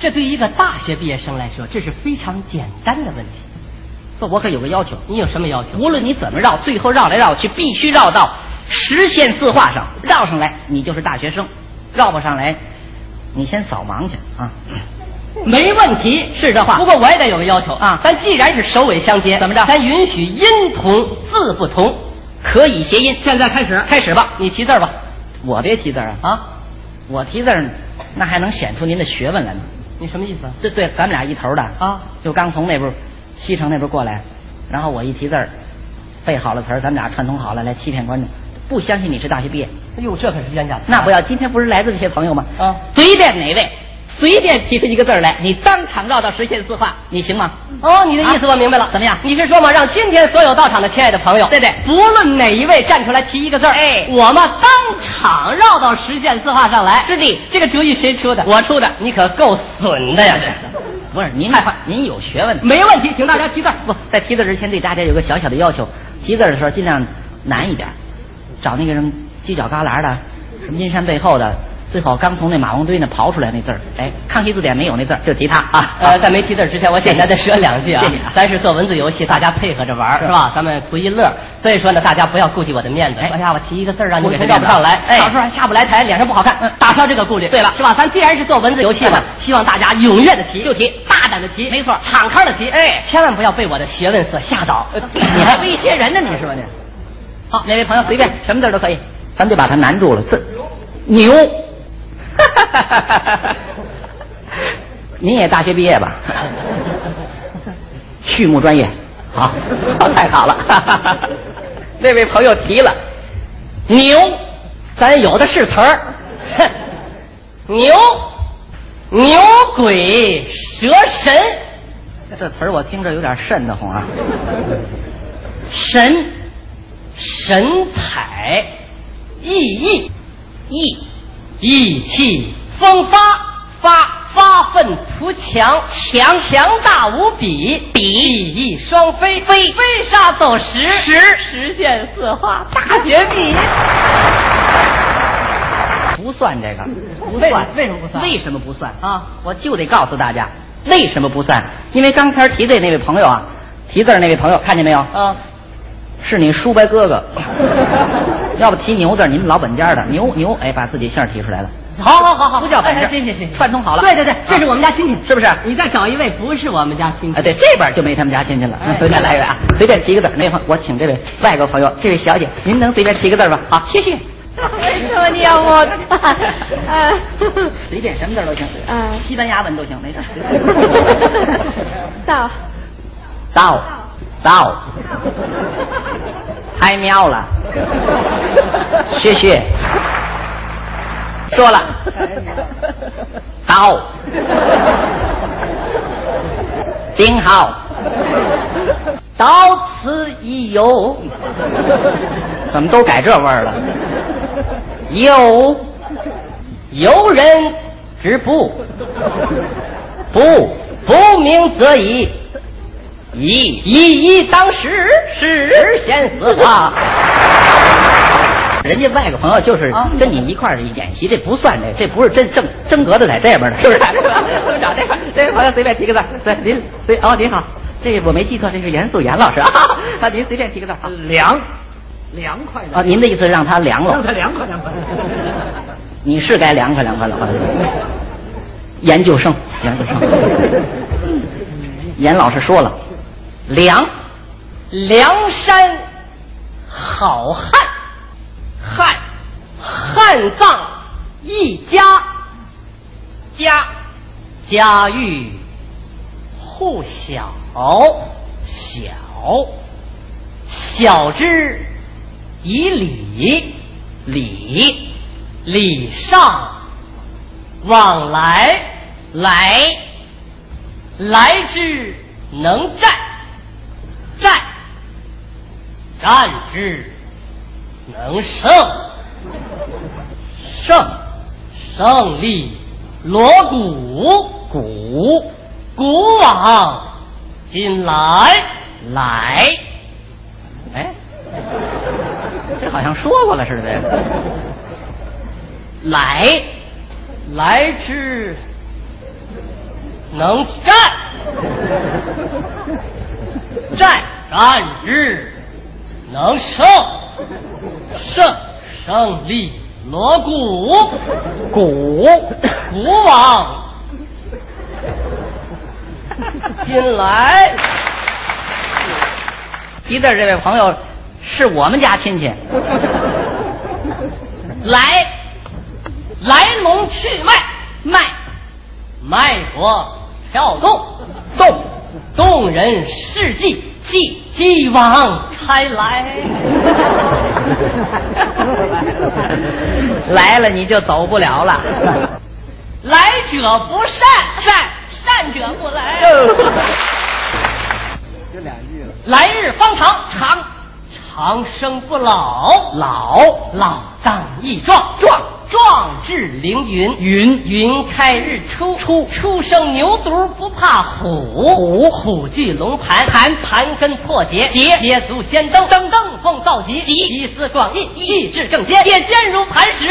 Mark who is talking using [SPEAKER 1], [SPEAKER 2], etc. [SPEAKER 1] 这对于一个大学毕业生来说，这是非常简单的问题。不，我可有个要求，你有什么要求？
[SPEAKER 2] 无论你怎么绕，最后绕来绕去，必须绕到实现字画上。绕上来，你就是大学生；绕不上来，你先扫盲去啊！
[SPEAKER 1] 没问题，
[SPEAKER 2] 是这话
[SPEAKER 1] 不。过我也得有个要求
[SPEAKER 2] 啊
[SPEAKER 1] 咱既然是首尾相接，
[SPEAKER 2] 怎么着
[SPEAKER 1] 咱允许音同字不同。
[SPEAKER 2] 可以谐音，
[SPEAKER 1] 现在开始，
[SPEAKER 2] 开始吧。
[SPEAKER 1] 你提字儿吧。
[SPEAKER 2] 我别提字儿啊，
[SPEAKER 1] 啊，
[SPEAKER 2] 我提字儿，那还能显出您的学问来吗？
[SPEAKER 1] 你什么意思？
[SPEAKER 2] 对对，咱们俩一头的
[SPEAKER 1] 啊，
[SPEAKER 2] 就刚从那边西城那边过来，然后我一提字儿，背好了词儿，咱们俩串通好了来欺骗观众。不相信你是大学毕业，
[SPEAKER 1] 哎呦，这可是冤家
[SPEAKER 2] 那不
[SPEAKER 1] 要
[SPEAKER 2] 要。今天不是来自这些朋友吗？
[SPEAKER 1] 啊
[SPEAKER 2] 随便哪位，随便提出一个字儿来，你当场绕到实现字画，你行吗？
[SPEAKER 1] 哦，你的意思我明白了。
[SPEAKER 2] 怎么样
[SPEAKER 1] 你是说嘛，让今天所有到场的亲爱的朋友，
[SPEAKER 2] 对对
[SPEAKER 1] 不论哪一位站出来提一个字儿，
[SPEAKER 2] 哎
[SPEAKER 1] 我嘛当场绕到实现字画上来。
[SPEAKER 2] 师弟，
[SPEAKER 1] 这个主意谁出的？
[SPEAKER 2] 我出的。
[SPEAKER 1] 你可够损的呀！
[SPEAKER 2] 不是您
[SPEAKER 1] 太坏，
[SPEAKER 2] 您有学问。
[SPEAKER 1] 没问题，请大家提字儿。
[SPEAKER 2] 不，在提字之前对大家有个小小的要求，提字的时候尽量难一点，找那个人犄角旮旯的，什么阴山背后的，最好刚从那马王堆那刨出来那字儿。哎，康熙字典没有那字儿，就提它啊。
[SPEAKER 1] 呃，在没提字儿之前，我简单的说两句啊
[SPEAKER 2] 谢谢啊。
[SPEAKER 1] 咱是做文字游戏，大家配合着玩儿，是吧？咱们图一乐。所以说呢，大家不要顾忌我的面子。
[SPEAKER 2] 哎
[SPEAKER 1] 哎呀，我提一个字儿让你
[SPEAKER 2] 我
[SPEAKER 1] 给
[SPEAKER 2] 给
[SPEAKER 1] 他
[SPEAKER 2] 他
[SPEAKER 1] 绕不上来，
[SPEAKER 2] 哎
[SPEAKER 1] 到时候还下不来台，脸上不好看
[SPEAKER 2] 嗯。
[SPEAKER 1] 打消这个顾虑。
[SPEAKER 2] 对了
[SPEAKER 1] 是吧？咱既然是做文字游戏嘛
[SPEAKER 2] 嗯，
[SPEAKER 1] 希望大家踊跃的提，
[SPEAKER 2] 就提
[SPEAKER 1] 大胆的提，
[SPEAKER 2] 没错
[SPEAKER 1] 敞开的提。
[SPEAKER 2] 哎
[SPEAKER 1] 千万不要被我的学问所吓倒。
[SPEAKER 2] 呃你还威胁人呢，你是吧你？好，哪位朋友随便什么字儿都可以，咱就把它难住了。字 牛，您也大学 毕业吧？畜牧专业，好，
[SPEAKER 1] 哦
[SPEAKER 2] 好太好了。 那位朋友提了牛，
[SPEAKER 1] 咱有的是词儿，哼，牛，牛鬼蛇神，
[SPEAKER 2] 这词儿我听着有点瘆得慌啊。神
[SPEAKER 1] 神采奕奕。
[SPEAKER 2] 意
[SPEAKER 1] 意气风发，发发愤图强，强强大无比，比翼双飞，飞飞沙走石，石实现四化大绝壁。
[SPEAKER 2] 不算这个，不
[SPEAKER 1] 为
[SPEAKER 2] 算，
[SPEAKER 1] 为什么不算
[SPEAKER 2] 为什么不算？
[SPEAKER 1] 啊，
[SPEAKER 2] 我就得告诉大家为什么不算，因为刚才提字那位朋友啊，提字儿那位朋友看见没有？
[SPEAKER 1] 啊，
[SPEAKER 2] 是你叔伯 哥哥，要不提牛字儿，你们老本家的牛牛，哎，把自己姓儿提出来了，
[SPEAKER 1] 好好好好，
[SPEAKER 2] 不叫本
[SPEAKER 1] 哎
[SPEAKER 2] 事，
[SPEAKER 1] 行行行，
[SPEAKER 2] 串通好了，
[SPEAKER 1] 对对对，这是
[SPEAKER 2] 啊
[SPEAKER 1] 我们家亲戚。
[SPEAKER 2] 是不是？
[SPEAKER 1] 你再找一位不是我们家亲
[SPEAKER 2] 啊，
[SPEAKER 1] 戚，
[SPEAKER 2] 对，这边就没他们家亲戚了。
[SPEAKER 1] 哎
[SPEAKER 2] 嗯随便来一位啊，随便提个字儿。那会儿我请这位外国朋友，这位小姐，您能随便提个字儿吗？好，谢谢。
[SPEAKER 3] 为什
[SPEAKER 1] 啊
[SPEAKER 3] 么你要我？呃，
[SPEAKER 2] 随便什么字儿都行，
[SPEAKER 3] 嗯
[SPEAKER 2] 西班牙文都行，没事儿。
[SPEAKER 3] 到
[SPEAKER 2] 到，到，太妙了，谢谢。说了，到，顶 好，到此一游，怎么都改这味儿了？游，游人之步，不不鸣则已。一一一当十，十先死啊！人家外国朋友就是
[SPEAKER 1] 啊
[SPEAKER 2] 跟你一块儿演习，这不算这，这不是真正真格的在这边呢， 是不是？我们找这块，这位朋友随便提个字儿，对，您随哦，您好，这我没记错，这是严素妍老师 啊，啊，您随便提个字儿，好
[SPEAKER 4] 凉，凉快的，
[SPEAKER 2] 啊，您的意思是让他凉了
[SPEAKER 4] 让，他凉快凉快。
[SPEAKER 2] 你是该凉快凉快了，研究生，研究 生，严老师说了，凉，
[SPEAKER 1] 梁山好汉，汉汉藏一家家家喻户晓，小晓之以礼，礼礼尚往来，来来之能战，战战之能胜，胜胜利锣鼓鼓鼓往今来来，哎，
[SPEAKER 2] 这好像说过了似的这个。
[SPEAKER 1] 来来之能站，站站日，能胜，胜胜利锣鼓，鼓鼓往进来。
[SPEAKER 2] 提字儿这位朋友是我们家亲戚，
[SPEAKER 1] 来，来龙去脉，脉，脉搏跳动，动，动人事迹，继继往开来。
[SPEAKER 2] 来了你就走不了了。
[SPEAKER 1] 来者不善，善善者不来。来日方长，长长生不老，老老当益壮，壮壮志凌云，云云开日出，出初生牛犊不怕虎，虎虎踞龙盘，盘盘根错节，节捷足先登，登登峰造极，极奇思广益，意志更坚，坚坚如磐石。